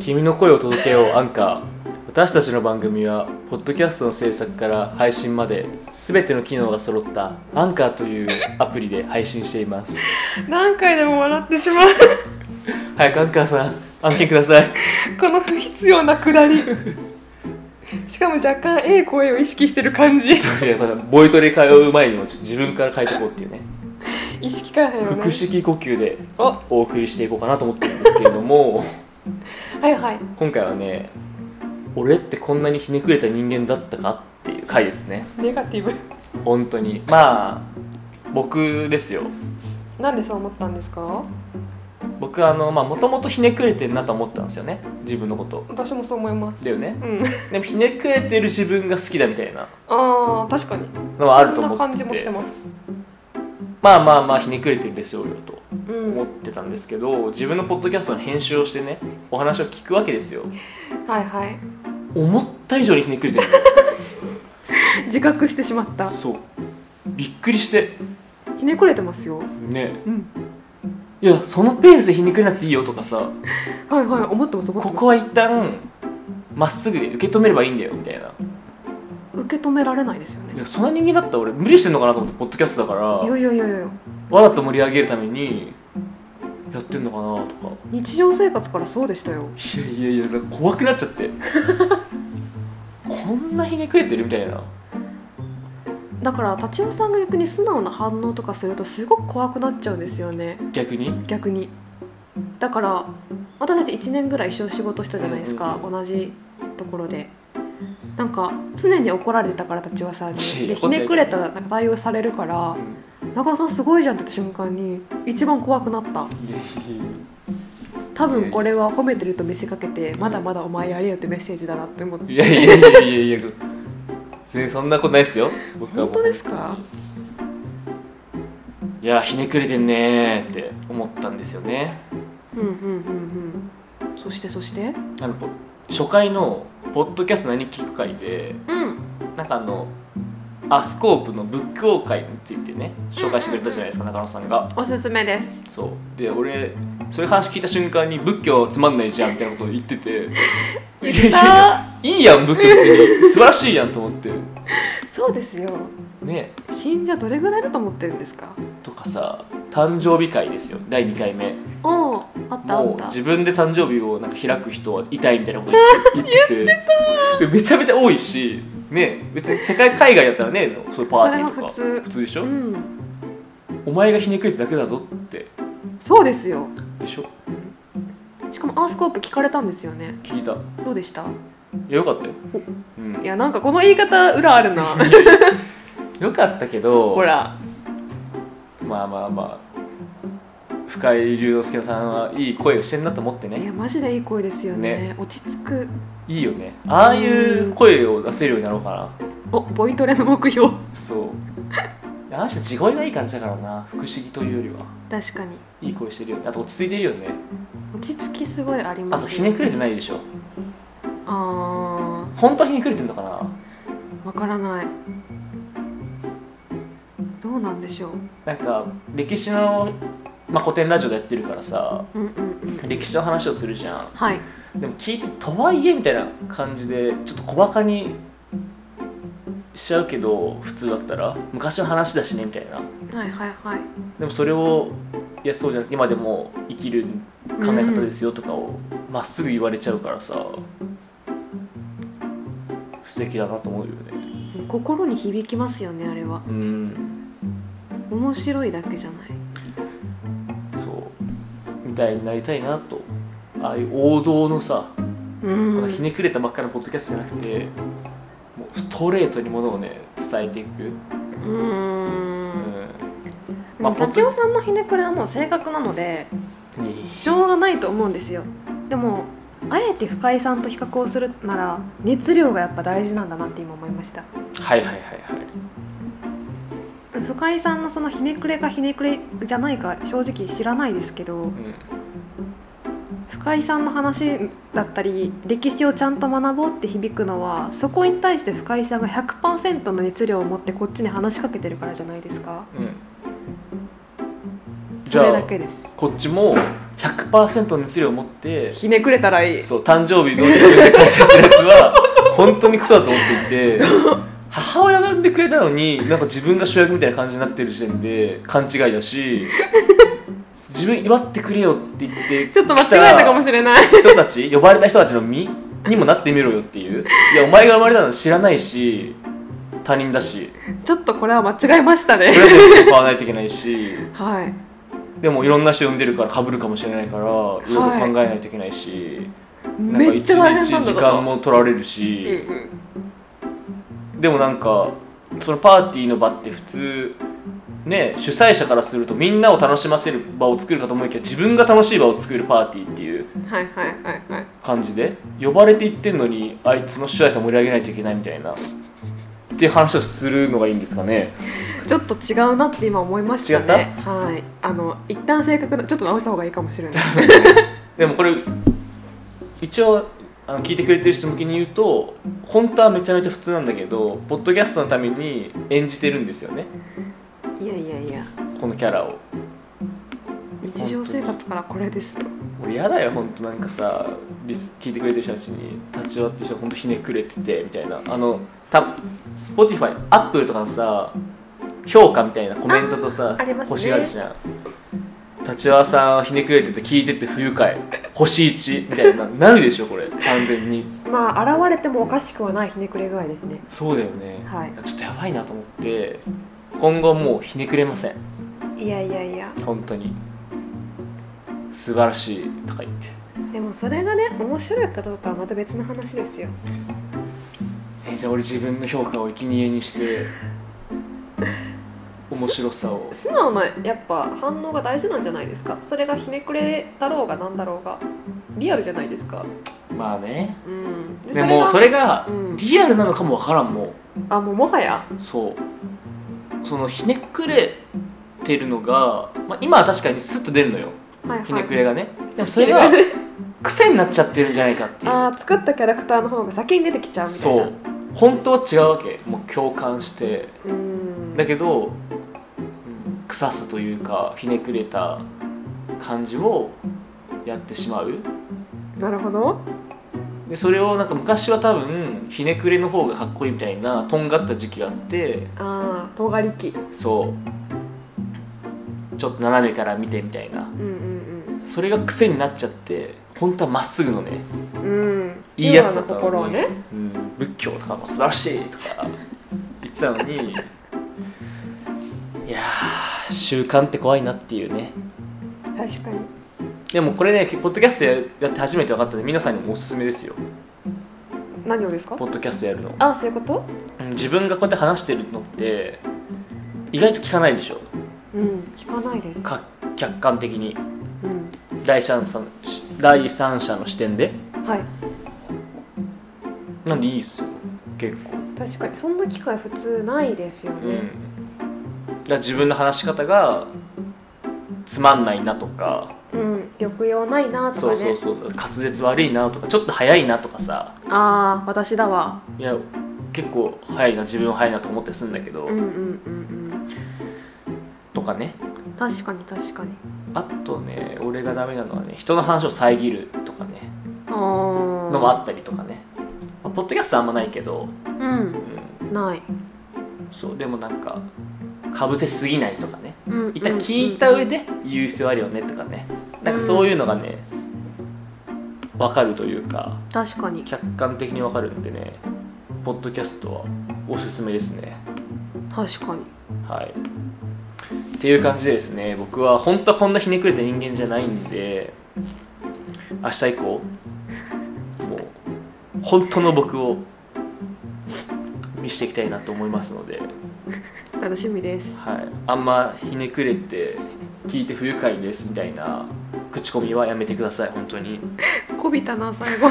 君の声を届けようアンカー私たちの番組はポッドキャストの制作から配信まで全ての機能が揃ったアンカーというアプリで配信しています何回でも笑ってしまう 早くアンカーさん案件くださいこの不必要なくだりしかも若干ええ声を意識してる感いじやただボイトレ通う前にもちょっと自分から変えていこうっていうね意識改変をね腹式呼吸でおお送りしていこうかなと思ってるんですけれどもはいはい今回はね俺ってこんなにひねくれた人間だったかっていう回ですねネガティブ本当にまあ僕ですよなんでそう思ったんですか僕あのまあもともとひねくれてるなと思ったんですよね自分のこと私もそう思いますだよねうんでもひねくれてる自分が好きだみたいなあー確かにのはあると思そんなっ感てじもしててますまあまあまあひねくれてるんですよ俺はとう思っんてたんですけど自分のポッドキャストの編集をしてねお話を聞くわけですよはいはい思った以上にひねくれてる自覚してしまったそうびっくりしてひねくれてますよねうんいやそのペースでひねくれなくていいよとかさはいはい思ってます思っこてますこは一旦まっすぐで受け止めればいいんだよみたいな受け止められないですよいねやそんな人間だったら俺無理してんのかなと思ってポッドキャストだからいやいやいやいやわざと盛り上げるためにやってんのかなとか日常生活からそうでしたよいやいやいや怖くなっちゃって こんなひねくれてるみたいなだから立ちさんが逆に素直な反応とかするとすごく怖くなっちゃうんですよね逆に逆にだから私たち1年ぐらい一緒に仕事したじゃないですか、同じところでなんか常に怒られてたから立ちさんにいやいでやひねくれたなんか対応されるから中尾さんすごいじゃんって言った瞬間に一番怖くなったいやいやいや多分これは褒めてると見せかけてまだまだお前やれよってメッセージだなって思っていやいやいやいやいや全然そんなことないっすよ僕は本もう当ですかいやひねくれてんねーって思ったんですよねうんうんうんうんそしてそしてあのポ初回の「ポッドキャスト何聞く会」でうんなんかあのアスコープの仏教会についてね紹介してくれたじゃないですか中野さんがおすすめですそうで俺それ話聞いた瞬間に仏教はつまんないじゃんみたいなことを言ってていやいやいいやん仏教別に素晴らしいやんと思ってそうですよね信者どれぐらいだと思ってるんですかとかさ誕生日会ですよ第2回目おおあったあもっうた自分で誕生日をなんか開く人は痛いみたいなこと言って言っててめちゃめちゃ多いしね別に世界海外だったらねそういうパーティーとかそれは普通でしょ、うんお前がひねくれてだけだぞってそうですよでしょしかもアースコープ聞かれたんですよね聞いたいどうでしたやよかったよ、うんいやなんかこの言い方裏あるな よかったけどほらまあまあまあ深井龍之介さんはいい声をしてんなと思っていやねマジでいい声ですよねね落ち着くいいよねああいう声を出せるようになろうかおボイトレの目標なそうあの人地声がいい感じだからな不思議というよりは確かにいい声してるよねあと落ち着いてるよね落ち着きすごいありあまとすひねくれてないでしょあ本当はひねくれてんのかなーわからないどうなんでしょなんか歴史の、まあ、古典ラジオでやってるからさううんうんうん歴史の話をするじゃんはいでも聞いてとはいえみたいな感じでちょっと小バカにしちゃうけど普通だったら昔の話だしねみたいなはいはいはいでもそれをいやそうじゃなくて今でも生きる考え方ですよとかをまっすぐ言われちゃうからさ素敵だなと思うよね心に響きますよねあれはうん面白いだけじゃないそうみたいになりたいなとああいう王道のさうこんのひねくれたばっかのポッドキャストじゃなくてもうストレートにものをね伝えていく、ううんん、ままあ、あ立尾さんのひねくれはもう性格なのでしょうがないと思うんですよでもあえて深井さんと比較をするなら熱量がやっぱ大事なんだなって今思いましたはいはいはいはい深井さんのそのひねくれかひねくれじゃないか正直知らないですけどうん深井さんの話だったり歴史をちゃんと学ぼうって響くのはそこに対して深井さんが100%の熱量を持ってこっちに話しかけてるからじゃないですかうんじそれゃだあけですこっちも100%熱量を持ってひねくれたらいいそう誕生日の自分で開催するやつ は本当にクソだと思っていて母親が産んでくれたのになんか自分が主役みたいな感じになってる時点で勘違いだし自分祝ってくれよって言ってちょっと間違えたかもれしれないない人たち呼ばれた人たちの身にもなってみろよっていういやお前が生まれたの知らないし他人だしちょっとこれは間違えましたプねレゼント買わないといけない しはいでもいろんな人呼んでるからかぶるかもしれないからいろいろ考えないといけないし、なんかめっ一ちゃ大変な日んだ時ぞ間も取られるし、うんうんでもなんかそのパーティーの場って普通ね主催者からするとみんなを楽しませる場を作るかと思いきや自分が楽しい場を作るパーティーっていうはいはいはいはい感じで呼ばれていってんのにあいつの主催者盛り上げないといけないみたいなっていう話をするのがいいんですかねちょっと違うなって今思いましたね違はいあの一旦正確なちょっと直した方がいいかもしれないでもこれ一応あの聞いてくれてる人向けに言うと本当はめちゃめちゃ普通なんだけどポッドキャストのために演じてるんですよね いやいやいやこのキャラを日常生活からこれですと俺やだよ本当なんかさリス聞いてくれてる人たちに立ち寄ってる人ほんとひねくれててみたいなあのた Spotify アップルとかのさ評価みたいなコメントとさあーありますね星があるじゃん立ち合わさんひねくれてて聞いてて不愉快星1みたいななるでしょこれ完全にまあ現れてもおかしくはないひねくれ具合ですねそうだよね、はいちょっとやばいなと思って今後もうひねくれませんいやいやいや本当に素晴らしいとか言ってでもそれがね面白いかどうかはまた別の話ですよえーじゃあ俺自分の評価を生贄に して面白さを素直なやっぱ反応が大事なんじゃないですかそれがひねくれだろうがなんだろうがリアルじゃないですかまあねうんでもそれがうんリアルなのかもわからんもあもうもはやうそうそのひねくれてるのが、まあ、今は確かにスッと出るのよはいはいひねくれがねでもそれがひね癖になっちゃってるんじゃないかっていうああ作ったキャラクターの方が先に出てきちゃうみたいそなう本当は違うわけもう共感してううんだけどうん腐すというかひねくれた感じをやってしまうなるほどでそれをなんか昔は多分ひねくれの方がかっこいいみたいなとんがった時期があってああ尖り気そうちょっと斜めから見てみたいなうんうんそれが癖になっちゃって本当はまっすぐのね、うんうんいいやつだったピュアなのに心をねうん、仏教とかも素晴らしいとか言ってたのにいやー習慣って怖いなっていうね確かにでもこれねポッドキャストやって初めて分かったんで皆さんにもおすすめですよ何をですかポッドキャストやるのあそういうことうん自分がこうやって話してるのって意外と聞かないでしょうん聞かないですか客観的にうん第三者第三者の視点ではいなんでいいっすよ結構、確かにそんな機会普通ないですようんね、だから自分の話し方がつまんないなとかうん、抑揚ないなとかそねうそうそうそう滑舌悪いなとかちょっと早いなとかさああ私だわいや結構早いな自分は早いなと思ったりするんだけど、うんうんうんとかねうん確かに確かにあとね俺がダメなのはね人の話を遮るとかねあのもああったりとかね、まあポッドキャストはあんまないけど、うんうないん、そうでもなんかかぶせすぎないとかねうんうん一旦聞いた上で言う必要あるよねとかねなんかそういうのがね分かるというか確かに客観的に分かるんでねポッドキャストはおすすめですね確かにはいっていう感じでですね僕は本当はこんなひねくれた人間じゃないんで明日以降もう本当の僕を見していきたいなと思いますので、楽しみですはい、あんまひねくれて聞いて不愉快ですみたいな口コミはやめてください本当にこびたな最後